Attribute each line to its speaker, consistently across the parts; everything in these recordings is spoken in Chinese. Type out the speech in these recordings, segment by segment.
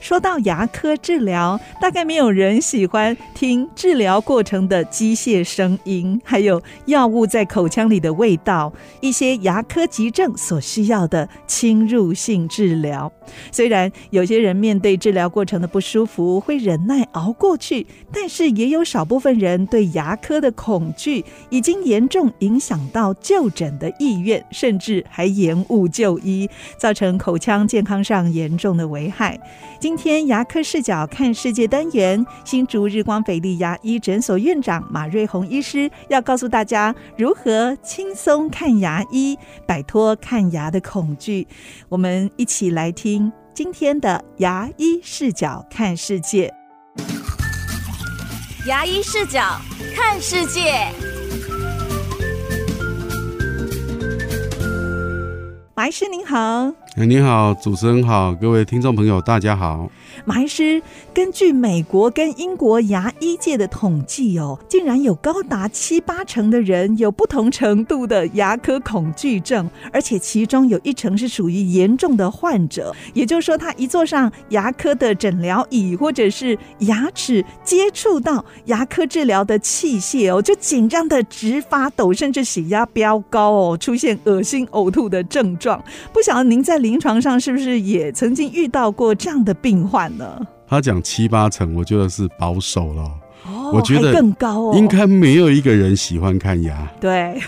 Speaker 1: 说到牙科治疗，大概没有人喜欢听治疗过程的机械声音，还有药物在口腔里的味道，一些牙科急症所需要的侵入性治疗。虽然有些人面对治疗过程的不舒服会忍耐熬过去，但是也有少部分人对牙科的恐惧已经严重影响到就诊的意愿，甚至还延误就医，造成口腔健康上严重的危害。今天牙科视角看世界单元，新竹日光北立牙医诊所院长马瑞红医师要告诉大家如何轻松看牙医，摆脱看牙的恐惧。我们一起来听今天的牙医视角看世界。
Speaker 2: 牙医视角看世界。
Speaker 1: 马医师您好，
Speaker 3: 哎，你好，主持人好，各位听众朋友，大家好。
Speaker 1: 马医师，根据美国跟英国牙医界的统计哦，竟然有高达七八成的人有不同程度的牙科恐惧症，而且其中有一成是属于严重的患者。也就是说，他一坐上牙科的诊疗椅或者是牙齿接触到牙科治疗的器械哦，就紧张的直发抖，甚至血压飙高哦，出现恶心呕吐的症状。不晓得您在临床上是不是也曾经遇到过这样的病患呢？
Speaker 3: 他讲七八成，我觉得是保守了哦，
Speaker 1: 哦
Speaker 3: 我觉得
Speaker 1: 还更高哦，
Speaker 3: 应该没有一个人喜欢看牙，
Speaker 1: 对，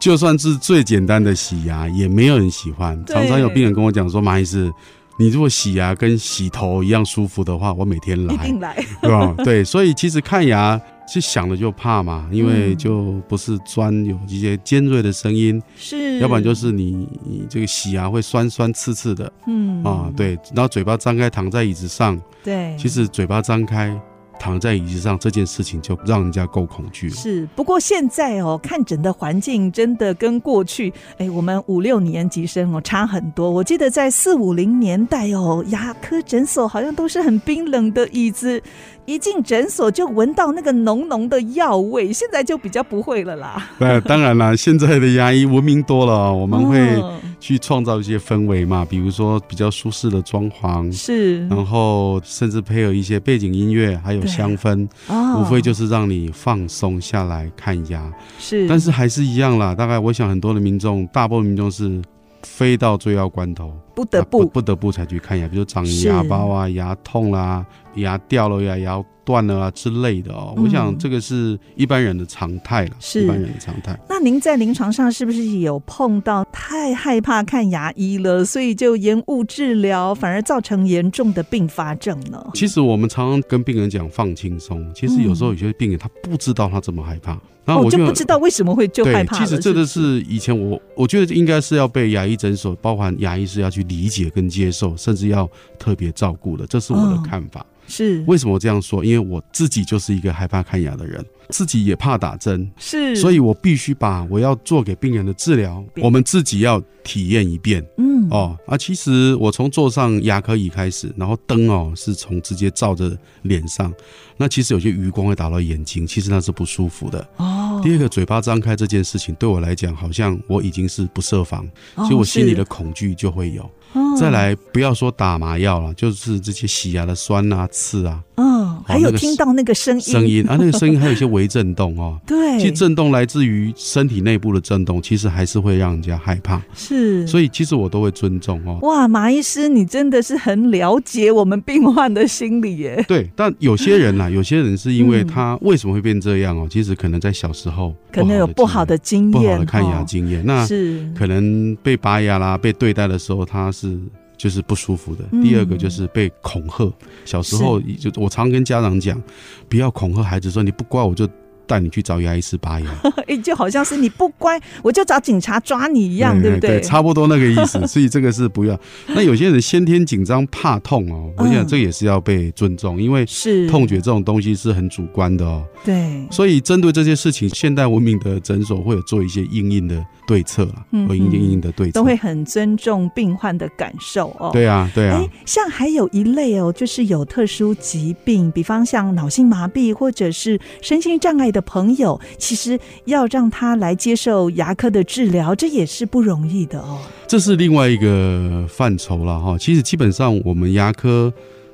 Speaker 3: 就算是最简单的洗牙，也没有人喜欢。
Speaker 1: 对
Speaker 3: 常常有病人跟我讲说，马医师，你如果洗牙跟洗头一样舒服的话，我每天
Speaker 1: 一
Speaker 3: 来，
Speaker 1: 定来，
Speaker 3: 对吧？对，所以其实看牙是想了就怕嘛，因为就
Speaker 1: 嗯
Speaker 3: 不是钻有一些尖锐的声音，
Speaker 1: 是，
Speaker 3: 要不然就是你你这个洗牙会酸酸刺刺的。
Speaker 1: 嗯
Speaker 3: 啊，，对，然后嘴巴张开躺在椅子上，
Speaker 1: 对，
Speaker 3: 其实嘴巴张开躺在椅子上这件事情就让人家够恐惧了。
Speaker 1: 是，不过现在哦，看诊的环境真的跟过去，哎，我们五六年级生哦差很多。我记得在四五零年代哦，牙科诊所好像都是很冰冷的椅子，一进诊所就闻到那个浓浓的药味。现在就比较不会了啦。
Speaker 3: 那当然 啦，现在的牙医文明多了哦，我们会
Speaker 1: 嗯
Speaker 3: 去创造一些氛围嘛，比如说比较舒适的装潢。
Speaker 1: 是
Speaker 3: 然后甚至配合一些背景音乐，还有
Speaker 1: 对
Speaker 3: 香氛，
Speaker 1: 啊
Speaker 3: 无非就是让你放松下来看牙。
Speaker 1: 是，
Speaker 3: 但是还是一样啦，大概我想很多的民众，大部分民众是非到最要关头，
Speaker 1: 不得
Speaker 3: 啊
Speaker 1: 不
Speaker 3: 不得不才去看牙，比如长
Speaker 1: 是
Speaker 3: 牙包啊、牙痛啦、牙掉了呀、牙断了啊之类的哦。我想
Speaker 1: 嗯
Speaker 3: 这个是一般人的常态了，
Speaker 1: 是
Speaker 3: 一般人的常态。
Speaker 1: 那您在临床上是不是有碰到太害怕看牙医了，所以就延误治疗，反而造成严重的并发症呢？
Speaker 3: 其实我们常常跟病人讲放轻松，其实有时候有些病人他不知道他这么害怕，然后
Speaker 1: 我
Speaker 3: 我
Speaker 1: 哦就不知道为什么会就害
Speaker 3: 对，
Speaker 1: 怕
Speaker 3: 其
Speaker 1: 了。
Speaker 3: 实这个是以前我我觉得应该是要被牙医诊所，包含牙医是要去理解跟接受，甚至要特别照顾的，这是我的
Speaker 1: 嗯
Speaker 3: 看法。
Speaker 1: 是
Speaker 3: 为什么这样说？因为我自己就是一个害怕看牙的人，自己也怕打针，
Speaker 1: 是，
Speaker 3: 所以我必须把我要做给病人的治疗，
Speaker 1: 对
Speaker 3: 我们自己要体验一遍
Speaker 1: 嗯
Speaker 3: 哦。啊，其实我从坐上牙科椅开始，然后灯哦是从直接照着脸上，那其实有些余光会打到眼睛，其实那是不舒服的。
Speaker 1: 哦，
Speaker 3: 第二个，嘴巴张开这件事情对我来讲，好像我已经是不设防，
Speaker 1: 哦
Speaker 3: 所以我心里的恐惧就会有。
Speaker 1: 是哦
Speaker 3: 再来，不要说打麻药了，就是这些洗牙的酸啊、刺 啊。
Speaker 1: 嗯，还有
Speaker 3: 那个
Speaker 1: 听到那个声音，
Speaker 3: 声音啊，那个声音还有一些微震动哦。
Speaker 1: 对，
Speaker 3: 其实震动来自于身体内部的震动，其实还是会让人家害怕，
Speaker 1: 嗯是
Speaker 3: 所
Speaker 1: 以。
Speaker 3: 以其实我都会尊重哦。
Speaker 1: 哇，马医师，你真的是很了解我们病患的心理耶。
Speaker 3: 对，但有些人 啊呐、有些人是因为
Speaker 1: 嗯
Speaker 3: 他为什么会变这样哦？其实可能在小时候
Speaker 1: 可能有不好的经
Speaker 3: 不
Speaker 1: 验
Speaker 3: 好
Speaker 1: 哦，
Speaker 3: 的看牙经验，那
Speaker 1: 是
Speaker 3: 可能被拔牙啦、被对待的时候，他是就是不舒服的。
Speaker 1: 嗯
Speaker 3: 第二个就是被恐吓，小时候就我常跟家长讲，不要恐吓孩子说你不乖我就带你去找牙医师拔牙，
Speaker 1: 哎，就好像是你不乖，我就找警察抓你一样，对不
Speaker 3: 哎对？差不多那个意 思。所以这个是不要。那有些人先天紧张怕痛哦，我想
Speaker 1: 嗯
Speaker 3: 这也是要被尊重，因为
Speaker 1: 是
Speaker 3: 痛觉这种东西是很主观的哦。
Speaker 1: 对，
Speaker 3: 所以针对这些事情，现代文明的诊所会有做一些应应的对策啊，
Speaker 1: 嗯
Speaker 3: 有应应应的对策，
Speaker 1: 都会很尊重病患的感受哦。
Speaker 3: 对啊，对啊
Speaker 1: 哎，，像还有一类哦，就是有特殊疾病，比方像脑性麻痹或者是身心障碍的朋友，其实要让他来接受牙科的治疗，这也是不容易的哦。
Speaker 3: 这是另外一个范畴了哈。其实基本上我们牙科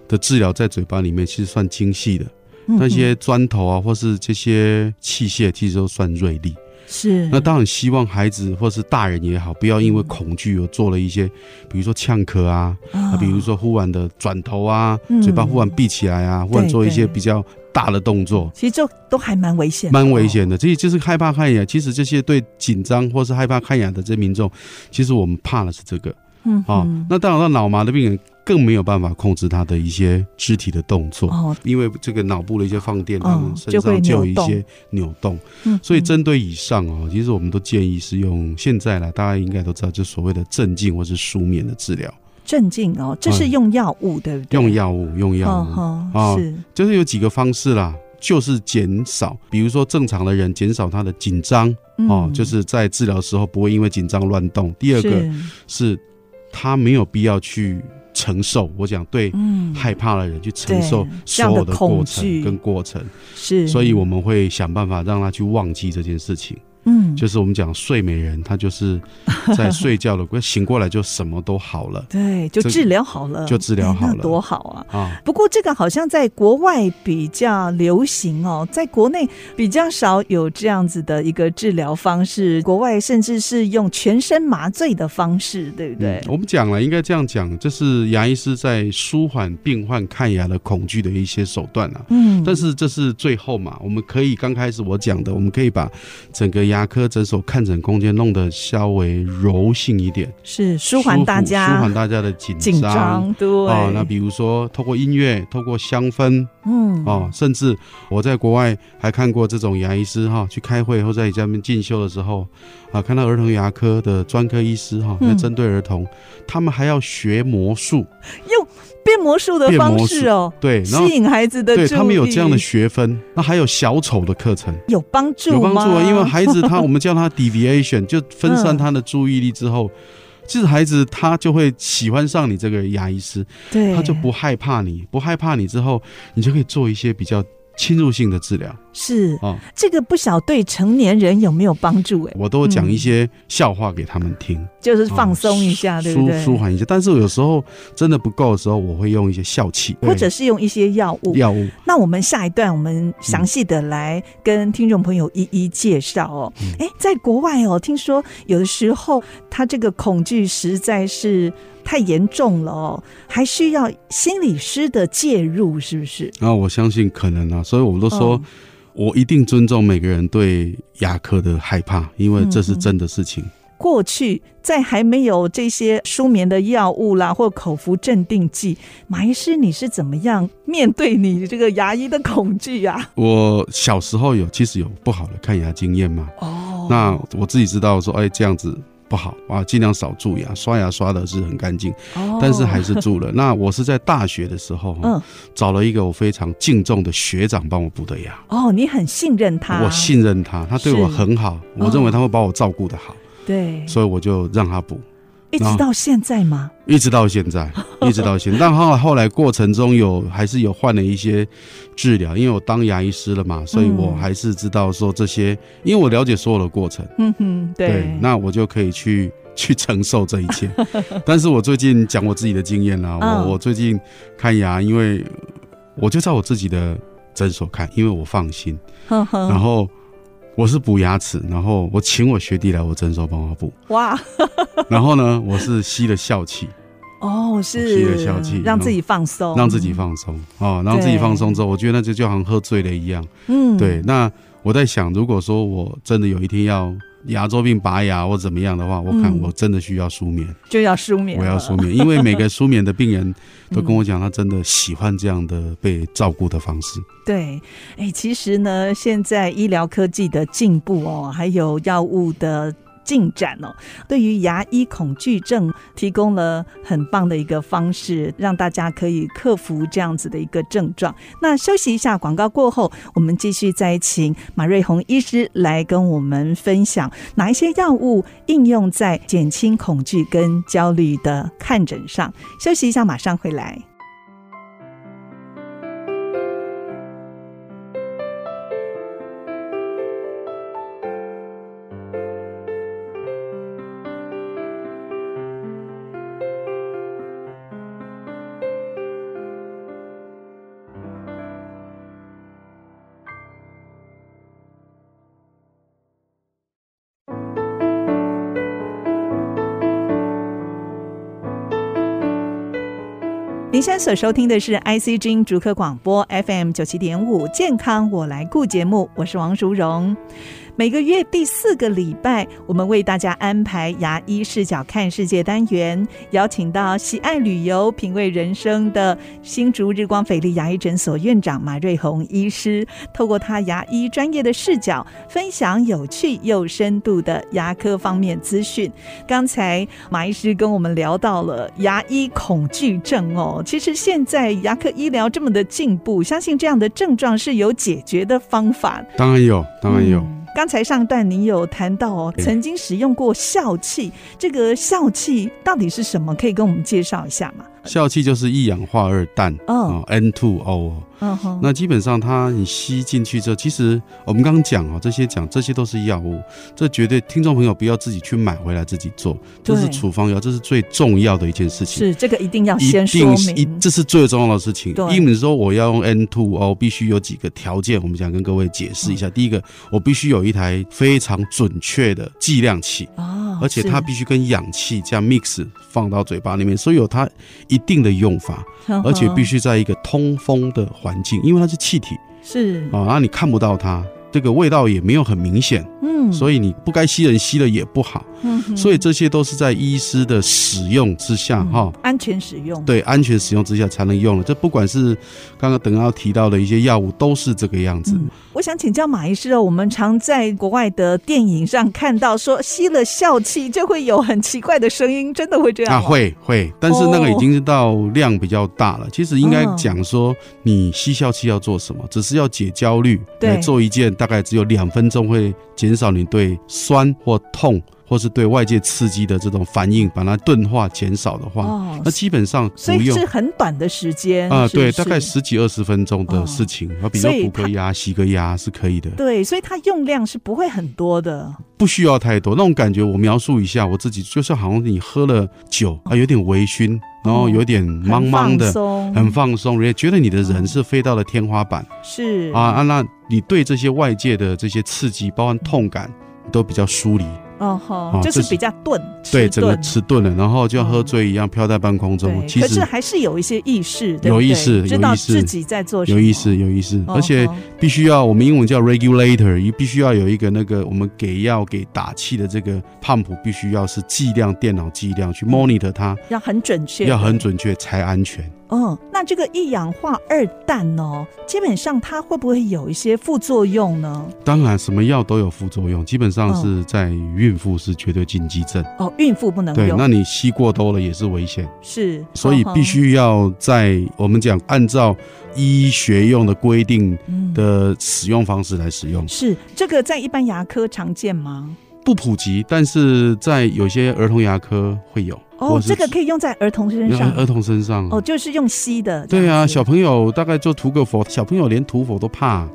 Speaker 3: 的治疗在嘴巴里面其实算精细的，
Speaker 1: 嗯
Speaker 3: 那
Speaker 1: 嗯
Speaker 3: 些砖头啊或是这些器械其实都算锐利。
Speaker 1: 是
Speaker 3: 那当然希望孩子或是大人也好，不要因为恐惧而做了一些，比如说呛咳啊，啊，
Speaker 1: 啊
Speaker 3: 比如说忽然的转头啊
Speaker 1: 嗯，
Speaker 3: 嘴巴忽然闭起来啊，忽然做一些
Speaker 1: 对
Speaker 3: 比较大的动作。
Speaker 1: 其实这都还蛮危险的哦，
Speaker 3: 蛮危险的，这就是害怕看牙。其实这些对紧张或是害怕看牙的这民众，其实我们怕的是这个
Speaker 1: 嗯
Speaker 3: 啊、
Speaker 1: 嗯
Speaker 3: 那当然，了，脑麻的病人更没有办法控制他的一些肢体的动作，
Speaker 1: 哦，
Speaker 3: 因为这个脑部的一些放电，
Speaker 1: 哦
Speaker 3: 他们身
Speaker 1: 就会
Speaker 3: 上就有一
Speaker 1: 扭动
Speaker 3: 些扭动。
Speaker 1: 嗯
Speaker 3: 所以
Speaker 1: 嗯
Speaker 3: 针对以上哦，其实我们都建议是用现在啦，大家应该都知道，就所谓的镇静或是舒眠的治疗，
Speaker 1: 镇静哦，这是用药物对不对？
Speaker 3: 用药物，用哎药物。
Speaker 1: 哦
Speaker 3: 啊
Speaker 1: 哦是
Speaker 3: 就是有几个方式啦，就是减少，比如说正常的人减少他的紧张哦
Speaker 1: 嗯，
Speaker 3: 就是在治疗时候不会因为紧张乱动。第二个
Speaker 1: 是
Speaker 3: 是，他没有必要去承受，我讲对
Speaker 1: 嗯
Speaker 3: 害怕的人去承
Speaker 1: 对
Speaker 3: 受
Speaker 1: 这
Speaker 3: 所
Speaker 1: 样的
Speaker 3: 有的
Speaker 1: 恐
Speaker 3: 过
Speaker 1: 惧
Speaker 3: 程跟过程，
Speaker 1: 是，
Speaker 3: 所以我们会想办法让他去忘记这件事情。
Speaker 1: 嗯
Speaker 3: 就是我们讲睡美人，她就是在睡觉了，醒过来就什么都好 了
Speaker 1: 对，就
Speaker 3: 这
Speaker 1: 治疗好了，
Speaker 3: 就治疗
Speaker 1: 哎那
Speaker 3: 好 了
Speaker 1: 多好啊！
Speaker 3: 啊。
Speaker 1: 不过这个好像在国外比较流行哦，在国内比较少有这样子的一个治疗方式。国外甚至是用全身麻醉的方式，对不对
Speaker 3: 嗯？我们讲了，应该这样讲，这是牙医师在舒缓病患看牙的恐惧的一些手段啊。
Speaker 1: 嗯，
Speaker 3: 但是这是最后嘛，我们可以刚开始我讲的，我们可以把整个牙科诊所看诊空间弄得稍微柔性一点，
Speaker 1: 是舒缓
Speaker 3: 服
Speaker 1: 大
Speaker 3: 舒
Speaker 1: 家
Speaker 3: 缓大家的紧
Speaker 1: 紧张，对，
Speaker 3: 哦，那比如说透过音乐，透过香氛，
Speaker 1: 嗯
Speaker 3: 哦，甚至我在国外还看过这种牙医师哈，去开会或在家面进修的时候，啊，看到儿童牙科的专科医师哈，
Speaker 1: 嗯
Speaker 3: 在针对儿童，他们还要学魔术，
Speaker 1: 用变魔术的
Speaker 3: 变
Speaker 1: 方
Speaker 3: 魔
Speaker 1: 式哦，
Speaker 3: 对，然
Speaker 1: 吸
Speaker 3: 后
Speaker 1: 引孩子的注
Speaker 3: 对
Speaker 1: 意，
Speaker 3: 他们有这样的学分，那还有小丑的课程。
Speaker 1: 有帮助
Speaker 3: 有帮助啊，
Speaker 1: 吗
Speaker 3: 因为孩子他我们叫他 deviation，就分散
Speaker 1: 嗯
Speaker 3: 他的注意力之后，其实孩子他就会喜欢上你这个牙医师，
Speaker 1: 对
Speaker 3: 他就不害怕你，不害怕你之后，你就可以做一些比较侵入性的治疗
Speaker 1: 是
Speaker 3: 啊。
Speaker 1: 这个不晓对成年人有没有帮助？哎，
Speaker 3: 我都讲一些笑话给他们听，
Speaker 1: 就是放松一下，
Speaker 3: 啊
Speaker 1: 对不对？
Speaker 3: 舒舒缓一下。但是有时候真的不够的时候，我会用一些笑气
Speaker 1: 或者
Speaker 3: 对
Speaker 1: 是用一些药物。
Speaker 3: 药物。
Speaker 1: 那我们下一段，我们详细的来跟听众朋友一一介绍哦。
Speaker 3: 嗯
Speaker 1: 哎、在国外哦，听说有的时候他这个恐惧实在是太严重了哦，还需要心理师的介入，是不是？
Speaker 3: 然后我相信可能啊，所以我都说。
Speaker 1: 嗯
Speaker 3: 我一定尊重每个人对牙科的害怕，因为
Speaker 1: 嗯
Speaker 3: 这是真的事情。
Speaker 1: 过去在还没有这些舒眠的药物啦，或口服镇定剂，马医师你是怎么样面对你这个牙医的恐惧啊呀、
Speaker 3: 我小时候有其实有不好的看牙经验嘛，
Speaker 1: 哦
Speaker 3: 那我自己知道说，哎，这样子不好啊，尽量少蛀牙，刷牙刷的是很干净，
Speaker 1: 哦
Speaker 3: 但是还是蛀了。那我是在大学的时 候，
Speaker 1: 嗯
Speaker 3: 找了一个我非常敬重的学长帮我补的牙，
Speaker 1: 哦，你很信任他，
Speaker 3: 我信任他，他对我
Speaker 1: 啊是嗯
Speaker 3: 很好，我认为他会把我照顾的好，
Speaker 1: 对，
Speaker 3: 所以我就让他补。
Speaker 1: 一直到现在吗？
Speaker 3: 一直到现 在，一直到现在。但后来后来过程中有还是有换了一些治疗，因为我当牙医师了
Speaker 1: 嗯
Speaker 3: 嘛，所以我还是知道说这些，因为我了解所有的过程，
Speaker 1: 嗯哼，对，
Speaker 3: 那我就可以去。去承受这一切， 但是我最近讲我自己的经验啦、
Speaker 1: 嗯
Speaker 3: 我我最近看牙，因为我就在我自己的诊所看，因为我放心。
Speaker 1: 哼哼
Speaker 3: 然后我是补牙齿，然后我请我学弟来我诊所帮 我补，
Speaker 1: 哇，
Speaker 3: 然后呢，我是吸了笑气，
Speaker 1: 哦，
Speaker 3: 吸
Speaker 1: 是
Speaker 3: 了笑气
Speaker 1: 让自己放松，
Speaker 3: 让自己，放松哦，让自己
Speaker 1: 对
Speaker 3: 放松之后，我觉得那就就好像喝醉了一样。
Speaker 1: 嗯，
Speaker 3: 对，那我在想，如果说我真的有一天要牙周病拔牙或怎么样的话，我看
Speaker 1: 嗯啊
Speaker 3: 我真的需要舒眠，
Speaker 1: 就要舒眠
Speaker 3: 我
Speaker 1: 了，
Speaker 3: 要舒眠，因为每个舒眠的病人 都跟我
Speaker 1: 嗯
Speaker 3: 讲，他真的喜欢这样的被照顾的方式。
Speaker 1: 对，哎，其实呢，现在医疗科技的进步哦，还有药物的。进展哦，对于牙医恐惧症提供了很棒的一个方式，让大家可以克服这样子的一个症状。那休息一下，广告过后，我们继续再请马瑞红医师来跟我们分享哪一些药物应用在减轻恐惧跟焦虑的看诊上。休息一下，马上回来。您现在所收听的是 IC 之音逐客广播 FM 九七点五健康我来顾节目，我是王淑荣。每个月第四个礼拜，我们为大家安排牙医视角看世界单元，邀请到喜爱旅游、品味人生的新竹日光斐丽牙医诊所院长马瑞红医师，透过他牙医专业的视角，分享有趣又深度的牙科方面资讯。刚才马医师跟我们聊到了牙医恐惧症哦，其实现在牙科医疗这么的进步，相信这样的症状是有解决的方法的。
Speaker 3: 当然有，当然有。
Speaker 1: 嗯刚才上段您有谈到哦，
Speaker 3: 对
Speaker 1: 曾经使用过笑气，这个笑气到底是什么？可以跟我们介绍一下吗？
Speaker 3: 笑气就是一氧化二氮
Speaker 1: 哦，
Speaker 3: 哦，N2O。
Speaker 1: 嗯哼，
Speaker 3: 那基本上它你吸进去之后，其实我们刚刚讲哦，这些讲这些都是药物，这绝对听众朋友不要自己去买回来自己做，这是
Speaker 1: 对
Speaker 3: 处方药，这是最重要的一件事情。
Speaker 1: 是这个一定要
Speaker 3: 一
Speaker 1: 先说
Speaker 3: 定是一
Speaker 1: 明，
Speaker 3: 这是最重要的事情
Speaker 1: 对。
Speaker 3: 英文说我要用 N two O，必须有几个条件，我们想跟各位解释一
Speaker 1: 嗯
Speaker 3: 下。第一个，我必须有一台非常准确的计量器，
Speaker 1: 哦
Speaker 3: 而且它
Speaker 1: 是
Speaker 3: 必须跟氧气这样 mix 放到嘴巴里面，所以有它一定的用法，
Speaker 1: 嗯哼
Speaker 3: 而且必须在一个通风的环境，因为它是气体
Speaker 1: 是
Speaker 3: 啊，然后你看不到它。这个味道也没有很明显，
Speaker 1: 嗯，
Speaker 3: 所以你不该吸人吸了也不好，
Speaker 1: 以
Speaker 3: 所以这些都是在医师的使用之下啊哈、
Speaker 1: 安全使用，
Speaker 3: 对安全使用之下才能用了。这不管是刚刚等到提到的一些药物，都是这个样子。
Speaker 1: 嗯我想请教马医师哦，我们常在国外的电影上看到说吸了笑气就会有很奇怪的声音，真的会这样、
Speaker 3: 啊，，会会，但是那个已经是到量比较大
Speaker 1: 哦
Speaker 3: 了。其实应该讲说，你吸笑气要做什么，只是要解焦虑，
Speaker 1: 对
Speaker 3: 来做一件大概只有两分钟，会减少你对酸或痛或是对外界刺激的这种反应，把它钝化减少的话，
Speaker 1: 哦
Speaker 3: 那基本上不
Speaker 1: 所以
Speaker 3: 用
Speaker 1: 是很短的时间
Speaker 3: 啊、
Speaker 1: 是不
Speaker 3: 对，
Speaker 1: 是
Speaker 3: 大概十几二十分钟的事情，啊，比如
Speaker 1: 所以
Speaker 3: 补
Speaker 1: 它
Speaker 3: 个牙、洗个牙是可以的。
Speaker 1: 对，所以它用量是不会很多的，
Speaker 3: 不需要太多那种感觉。我描述一下我自己，就是好像你喝了酒啊，有点微醺，然后有点
Speaker 1: 很
Speaker 3: 茫茫的
Speaker 1: 放，松，
Speaker 3: 很放松，人家觉得你的人是飞到了天花板
Speaker 1: 是
Speaker 3: 啊啊！那你对这些外界的这些刺激，包含痛感，你都比较疏离，
Speaker 1: 哦吼，
Speaker 3: 啊
Speaker 1: 就
Speaker 3: 这
Speaker 1: 是
Speaker 3: 是
Speaker 1: 比较钝，
Speaker 3: 对，
Speaker 1: 迟
Speaker 3: 整个
Speaker 1: 钝
Speaker 3: 迟钝了，然后就像喝醉一样飘在半空中。
Speaker 1: 对，
Speaker 3: 其
Speaker 1: 可是
Speaker 3: 实
Speaker 1: 还是有一些意识，对不
Speaker 3: 有意
Speaker 1: 对
Speaker 3: 识
Speaker 1: 知
Speaker 3: 有
Speaker 1: 道
Speaker 3: 意识
Speaker 1: 自己在做什么，
Speaker 3: 有意思，有意思，
Speaker 1: 哦吼，
Speaker 3: 而且必须要我们英文叫 regulator，也必须要有一个那个我们给药给打气的这个 pump，必须要是剂量电脑剂量去 monitor 它。
Speaker 1: 要很准确，
Speaker 3: 要很准确才安全。
Speaker 1: 嗯，那这个一氧化二氮哦，基本上它会不会有一些副作用呢？
Speaker 3: 当然，什么药都有副作用，基本上
Speaker 1: 嗯
Speaker 3: 是在孕妇是绝对禁忌症。
Speaker 1: 哦，孕妇不能
Speaker 3: 对，
Speaker 1: 用，
Speaker 3: 那你吸过多了也是危险，
Speaker 1: 是，
Speaker 3: 所以
Speaker 1: 嗯哼
Speaker 3: 必须要在我们讲按照医学用的规定
Speaker 1: 嗯
Speaker 3: 的使用方式来使用，
Speaker 1: 是这个在一般牙科常见吗？
Speaker 3: 不普及，但是在有些儿童牙科会有。
Speaker 1: 哦，这个可
Speaker 3: 以
Speaker 1: 以用在儿童身上
Speaker 3: 儿，童身上。
Speaker 1: 哦，就是用吸的这样子，
Speaker 3: 呃对啊，小朋友大概就涂个佛，小朋友连涂佛都 怕，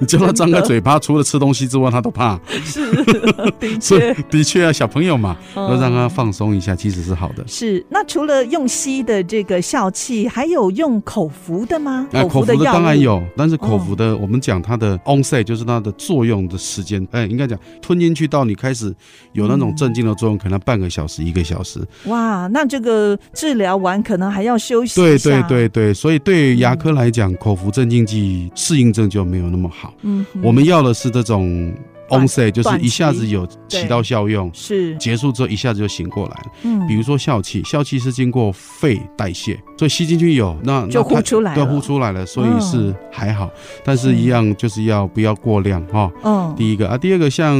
Speaker 3: 你叫他张开嘴巴，除了吃东西之外，他都怕。
Speaker 1: 是 的
Speaker 3: 所以
Speaker 1: 确，
Speaker 3: 的确啊，小朋友嘛，
Speaker 1: 嗯
Speaker 3: 要让他放松一下，其实是好的。
Speaker 1: 是，那除了用吸的这个笑气，还有用口服的吗？
Speaker 3: 那啊口
Speaker 1: 服的
Speaker 3: 服的
Speaker 1: 药
Speaker 3: 当然
Speaker 1: 物，嗯
Speaker 3: 有，但是口服的，我们讲它的 onset 就是它的作用的时间，哎，应该讲吞进去到你开始有那种
Speaker 1: 嗯
Speaker 3: 镇静的作用，可能半个小时、一个小时。
Speaker 1: 哇，那这个治疗完可能还要休息
Speaker 3: 对
Speaker 1: 一
Speaker 3: 对
Speaker 1: 下，
Speaker 3: 对对，所以对
Speaker 1: 嗯
Speaker 3: 于牙科来讲，口服镇静剂适应症就没有那么好。
Speaker 1: 嗯哼，
Speaker 3: 我们要的是这种 onset 就是
Speaker 1: 短
Speaker 3: 一下子
Speaker 1: 期
Speaker 3: 有起到效用，
Speaker 1: 是，
Speaker 3: 结束之后一下子就醒过来了。
Speaker 1: 嗯
Speaker 3: 比如说笑气，笑气是经过肺代谢，所以吸进去有，那那
Speaker 1: 就
Speaker 3: 它
Speaker 1: 呼出来
Speaker 3: 对，
Speaker 1: 了
Speaker 3: 呼出来了，所以
Speaker 1: 嗯
Speaker 3: 是还好，但是一样就是要不要过量哈、
Speaker 1: 嗯，
Speaker 3: 第一个啊，第二个像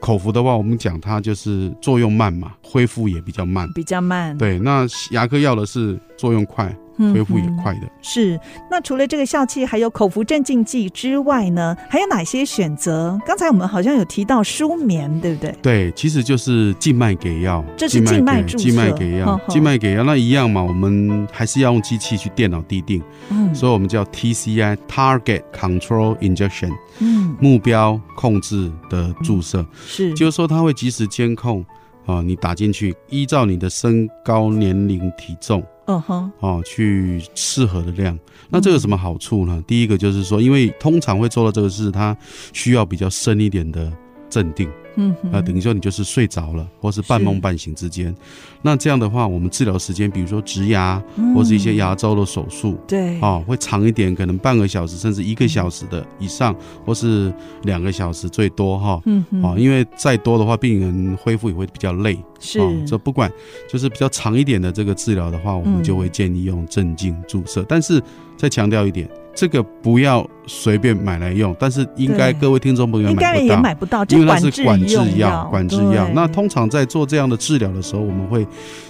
Speaker 3: 口服的话，我们讲它就是作用慢嘛，恢复也比较慢。
Speaker 1: 比较慢，
Speaker 3: 对，那牙科要的是作用快，
Speaker 1: 嗯，
Speaker 3: 恢复也
Speaker 1: 嗯
Speaker 3: 快的。
Speaker 1: 是，那除了这个笑气，还有口服镇静剂之外呢，还有哪些选择？刚才我们好像有提到舒眠，对不对？
Speaker 3: 对，其实就是静脉给药，
Speaker 1: 这是静脉注射
Speaker 3: 静脉给
Speaker 1: 呵
Speaker 3: 药，
Speaker 1: 呵
Speaker 3: 静脉给药，那一样嘛，我们还是要用机器去电脑滴定，
Speaker 1: 嗯
Speaker 3: 所以我们叫 TCI Target Control Injection
Speaker 1: 嗯，
Speaker 3: 目标控制的注射，
Speaker 1: 是，
Speaker 3: 就是说它会及时监控啊、你打进去，依照你的身高、年龄、体重。
Speaker 1: 嗯哼，
Speaker 3: 哦，去适合的量。那这有什么好处呢？第一个就是说，因为通常会做到这个事，它需要比较深一点的镇定。
Speaker 1: 嗯
Speaker 3: 那、等
Speaker 1: 哼，
Speaker 3: 于说你就是睡着了，或是半梦
Speaker 1: 是
Speaker 3: 半醒之间。那这样的话，我们治疗时间，比如说植牙
Speaker 1: 嗯
Speaker 3: 或是一些牙周的手术。
Speaker 1: 对，
Speaker 3: 哦，会长一点，可能半个小时甚至一
Speaker 1: 嗯
Speaker 3: 个小时的以上，或是两个小时最多哈。
Speaker 1: 嗯哼，
Speaker 3: 哦，因为再多的话，病人恢复也会比较累。
Speaker 1: 是，
Speaker 3: 哦，这不管就是比较长一点的这个治疗的话，我
Speaker 1: 嗯
Speaker 3: 们就会建议用镇静注射。但是再强调一点，这个不要随便买来用，但是应该
Speaker 1: 对
Speaker 3: 各位听众朋友
Speaker 1: 应该
Speaker 3: 不
Speaker 1: 也
Speaker 3: 到。
Speaker 1: 买不到，
Speaker 3: 因
Speaker 1: 这
Speaker 3: 为那是
Speaker 1: 制
Speaker 3: 管制
Speaker 1: 用
Speaker 3: 药，管制药。
Speaker 1: 对
Speaker 3: 那通常在做这样的治疗的时候，我们会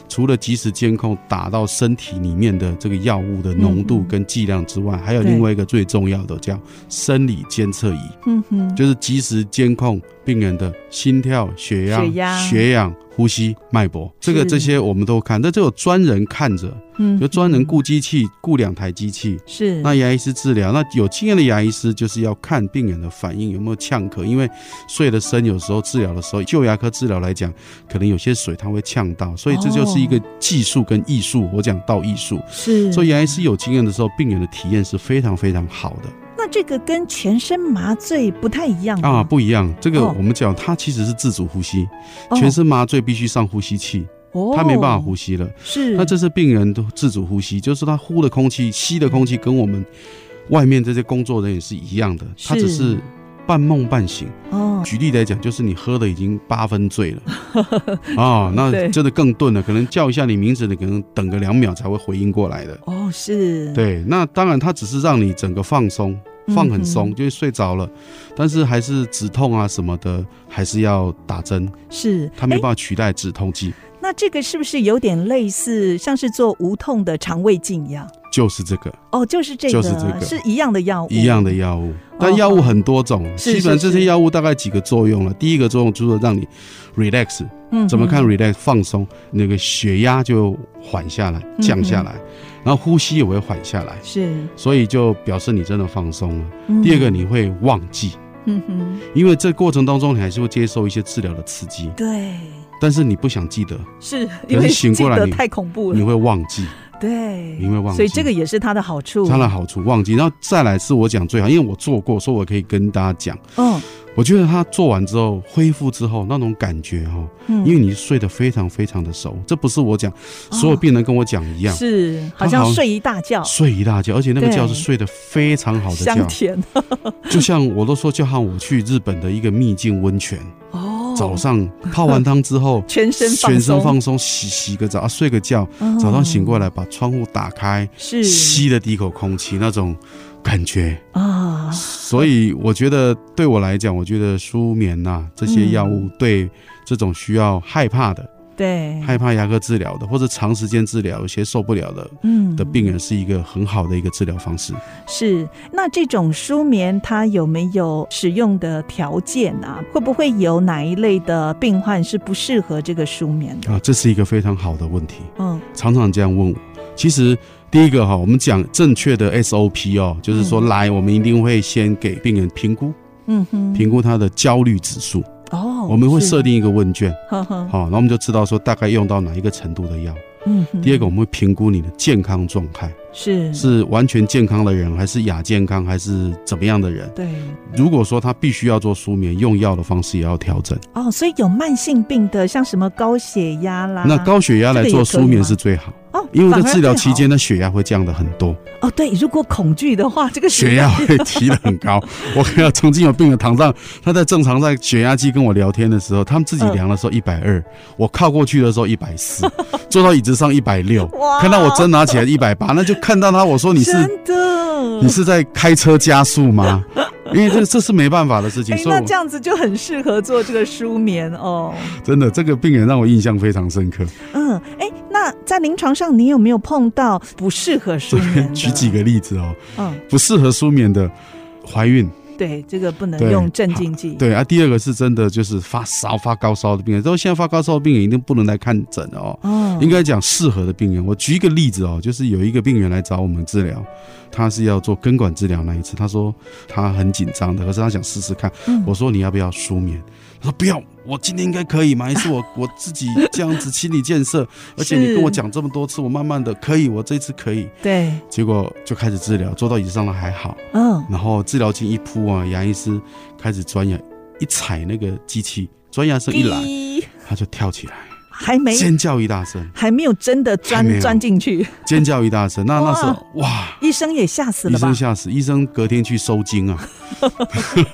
Speaker 3: 除了及时监控打到身体里面的这个药物的浓度
Speaker 1: 嗯嗯
Speaker 3: 跟剂量之外，还有
Speaker 1: 对
Speaker 3: 另外一个最重要的叫生理监测仪。
Speaker 1: 嗯哼，
Speaker 3: 就是及时监控病人的心跳、血压、
Speaker 1: 血压
Speaker 3: 血氧、呼吸、脉搏，这个
Speaker 1: 是
Speaker 3: 这些我们都看，但这有专人看着，
Speaker 1: 嗯
Speaker 3: 有专人
Speaker 1: 哼
Speaker 3: 雇机器，雇两台机器。
Speaker 1: 是
Speaker 3: 那牙医师治疗，那有经验的牙医师就是要看病人的反应有没有呛咳，因为睡得深，有时候治疗的时候，就牙科治疗来讲，可能有些水它会呛到，所以这就是一个
Speaker 1: 哦嗯
Speaker 3: 技术跟艺术。我讲到艺术，
Speaker 1: 是，
Speaker 3: 所以牙医师有经验的时候，病人的体验是非常非常好的。
Speaker 1: 那这个跟全身麻醉不太一样
Speaker 3: 啊，
Speaker 1: 吗，
Speaker 3: 不一样。这个
Speaker 1: 嗯哦
Speaker 3: 我们讲，它其实是自主呼吸，全身麻醉必须上呼吸器，
Speaker 1: 哦，
Speaker 3: 他没办法呼吸了。
Speaker 1: 是，
Speaker 3: 那这是病人都自主呼吸，就是他呼的空气、吸的空气跟我们外面这些工作人员是一样的，他只
Speaker 1: 是
Speaker 3: 是半梦半醒。
Speaker 1: 哦，
Speaker 3: 举例来讲，就是你喝的已经八分 醉了啊，那
Speaker 1: 对
Speaker 3: 真的更钝了，可能叫一下你名字，你可能等个两秒才会回应过来的。
Speaker 1: 哦是，，
Speaker 3: 对，那当然，它只是让你整个放松，放很
Speaker 1: 嗯
Speaker 3: 松，
Speaker 1: 哼
Speaker 3: 就是睡着了，但是还是止痛啊什么的，还是要打针，
Speaker 1: 是
Speaker 3: 它没
Speaker 1: 哎
Speaker 3: 办法取代止痛剂，
Speaker 1: 那这个是不是有点类似像是做无痛的肠胃镜一样？
Speaker 3: 就是这个
Speaker 1: 哦，就是这个，
Speaker 3: 就是这个
Speaker 1: 一样的药物，
Speaker 3: 一样的药物。但药物很多种，
Speaker 1: 哦是
Speaker 3: 基
Speaker 1: 是
Speaker 3: 本上这
Speaker 1: 是
Speaker 3: 些药物大概几个作用了。第一个作用就是让你 relax，
Speaker 1: 嗯
Speaker 3: 怎么看
Speaker 1: 嗯
Speaker 3: relax 放松，那个血压就缓下
Speaker 1: 嗯
Speaker 3: 来、降下来，然后呼吸也会缓下来，
Speaker 1: 是、
Speaker 3: 所以就表示你真的放松了。
Speaker 1: 嗯
Speaker 3: 第二个，你会忘记，
Speaker 1: 嗯哼，
Speaker 3: 因为这过程当中你还是会接受一些治疗的刺激。
Speaker 1: 对，
Speaker 3: 但是你不想记得，
Speaker 1: 是
Speaker 3: 是
Speaker 1: 因为
Speaker 3: 醒过来
Speaker 1: 记
Speaker 3: 你
Speaker 1: 得太恐怖
Speaker 3: 你
Speaker 1: 了，
Speaker 3: 会忘记
Speaker 1: 对，
Speaker 3: 你会忘记
Speaker 1: 所以这个也是它的好处，
Speaker 3: 它的好处，忘记。然后再来是我讲最好，因为我做过，所以我可以跟大家讲。
Speaker 1: 嗯
Speaker 3: 我觉得他做完之后恢复之后那种感觉哦，
Speaker 1: 嗯，哦
Speaker 3: 因为你睡得非常非常的熟，这不是我讲，所有病人跟我讲一样，
Speaker 1: 是好
Speaker 3: 它
Speaker 1: 像
Speaker 3: 好
Speaker 1: 睡一大觉，
Speaker 3: 睡一大觉，而且那个
Speaker 1: 对
Speaker 3: 觉是睡得非常好的
Speaker 1: 香
Speaker 3: 觉，
Speaker 1: 甜
Speaker 3: 就像我都说，就像我去日本的一个秘境温泉，
Speaker 1: 哦，。
Speaker 3: 早上泡完汤之后
Speaker 1: 全身放松
Speaker 3: 全身放松，洗洗个澡啊，睡个觉，
Speaker 1: 哦
Speaker 3: 早上醒过来把窗户打开，
Speaker 1: 是
Speaker 3: 吸的第一口空气那种感觉，
Speaker 1: 啊，
Speaker 3: 所以我觉得对我来讲，我觉得舒眠呐、这些药物对这种需要害怕的、
Speaker 1: 嗯对，
Speaker 3: 害怕牙科治疗的或者长时间治疗有些受不了的
Speaker 1: 嗯
Speaker 3: 的病人，是一个很好的一个治疗方式。
Speaker 1: 是，那这种舒眠它有没有使用的条件啊？会不会有哪一类的病患是不适合这个舒眠的？
Speaker 3: 啊，这是一个非常好的问题，
Speaker 1: 嗯，
Speaker 3: 常常这样问我。其实第一个哈，我们讲正确的 SOP 哦，就是说
Speaker 1: 嗯
Speaker 3: 来，我们一定会先给病人评估，
Speaker 1: 嗯哼，
Speaker 3: 评估他的焦虑指数，
Speaker 1: 哦，
Speaker 3: 我们会
Speaker 1: 是
Speaker 3: 设，定一个问卷，
Speaker 1: 呵呵，
Speaker 3: 好，然后我们就知道说大概用到哪一个程度的药。
Speaker 1: 嗯哼，
Speaker 3: 第二个，我们会评估你的健康状态，
Speaker 1: 是，
Speaker 3: 是完全健康的人，还是亚健康，还是怎么样的人？
Speaker 1: 对，
Speaker 3: 如果说他必须要做舒眠，用药的方式也要调整。
Speaker 1: 哦，所以有慢性病的，像什么高血压啦，
Speaker 3: 那高血压来做舒
Speaker 1: 啊这个也可以吗
Speaker 3: 眠是最好，
Speaker 1: 哦，
Speaker 3: 因为在治疗期间的血压会降的很多，
Speaker 1: 哦，对，如果恐惧的话，这个
Speaker 3: 血压会提的很高。我看到曾经有病人躺上，他在正常在血压计跟我聊天的时候，他们自己
Speaker 1: 嗯
Speaker 3: 量的时候一百二，我靠过去的时候一百四， 坐到椅子上一百六，
Speaker 1: 哇
Speaker 3: 看到我真拿起来一百八，那就看到他，我说你是
Speaker 1: 真的，
Speaker 3: 你是在开车加速吗？因为这这是没办法的事情，
Speaker 1: 哎，
Speaker 3: 所以
Speaker 1: 那
Speaker 3: 我
Speaker 1: 这样子就很适合做这个舒眠哦。
Speaker 3: 真的这个病人让我印象非常深刻。
Speaker 1: 嗯，哎，那在临床上你有没有碰到不适合舒
Speaker 3: 这
Speaker 1: 眠
Speaker 3: 边
Speaker 1: 的？
Speaker 3: 举几 个例子哦，
Speaker 1: 嗯，
Speaker 3: 不适合舒眠的怀孕，
Speaker 1: 对，这个不能
Speaker 3: 对
Speaker 1: 用镇静剂。
Speaker 3: 对啊，第二个是真的就是发烧、发高烧的病人，都现在发高烧的病人一定不能来看诊哦。
Speaker 1: 哦，
Speaker 3: 应该讲适合的病人，我举一个例子哦，就是有一个病人来找我们治疗，他是要做根管治疗那一次，他说他很紧张的，可是他想试试看。
Speaker 1: 嗯
Speaker 3: 我说你要不要舒眠？他说不要，我今天应该可以嘛，也是我 我自己这样子心理建设，而且你跟我讲这么多次，我慢慢的可以，我这次可以。
Speaker 1: 对，
Speaker 3: 结果就开始治疗，坐到椅子上了还好，
Speaker 1: 嗯，
Speaker 3: 然后治疗镜一铺啊，牙医师开始钻牙，一踩那个机器，钻牙声一来，
Speaker 1: 滴
Speaker 3: 他就跳起来，
Speaker 1: 还没
Speaker 3: 尖叫一大声，
Speaker 1: 还没有真的
Speaker 3: 还没
Speaker 1: 钻
Speaker 3: 有
Speaker 1: 钻进去，
Speaker 3: 尖叫一大声。那那时候哇，
Speaker 1: 医生也吓死
Speaker 3: 医
Speaker 1: 了吧
Speaker 3: 生？吓死，医生隔天去收精 啊，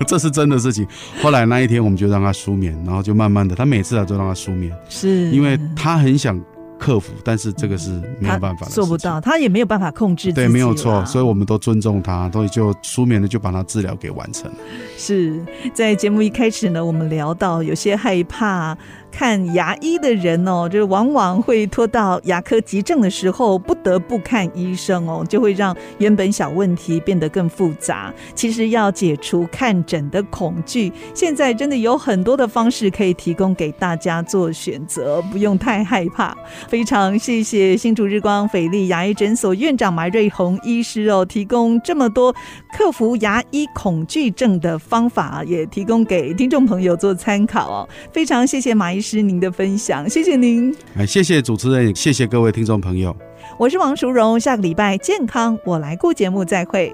Speaker 3: 这是真的事情。后来那一天我们就让他舒眠，然后就慢慢的，他每次来都让他舒眠，
Speaker 1: 是
Speaker 3: 因为他很想克服，但是这个是没有办法的，
Speaker 1: 做不。到，他也没有办法控制自己啊
Speaker 3: 对，
Speaker 1: 啦。
Speaker 3: 没有错，所以我们都尊重他，所以就舒眠的就把他治疗给完成了。
Speaker 1: 是在节目一开始呢，我们聊到有些害怕看牙医的人哦，就是往往会拖到牙科急症的时候，不得不看医生哦，就会让原本小问题变得更复杂。其实要解除看诊的恐惧，现在真的有很多的方式可以提供给大家做选择，不用太害怕。非常谢谢新竹日光斐丽牙医诊所院长马瑞红医师哦，提供这么多克服牙医恐惧症的方法，也提供给听众朋友做参考哦。非常谢谢马医师您的分享，谢谢您。
Speaker 3: 哎，谢谢主持人，也谢谢各位听众朋友。
Speaker 1: 我是王淑荣，下个礼拜健康我来顾节目再会。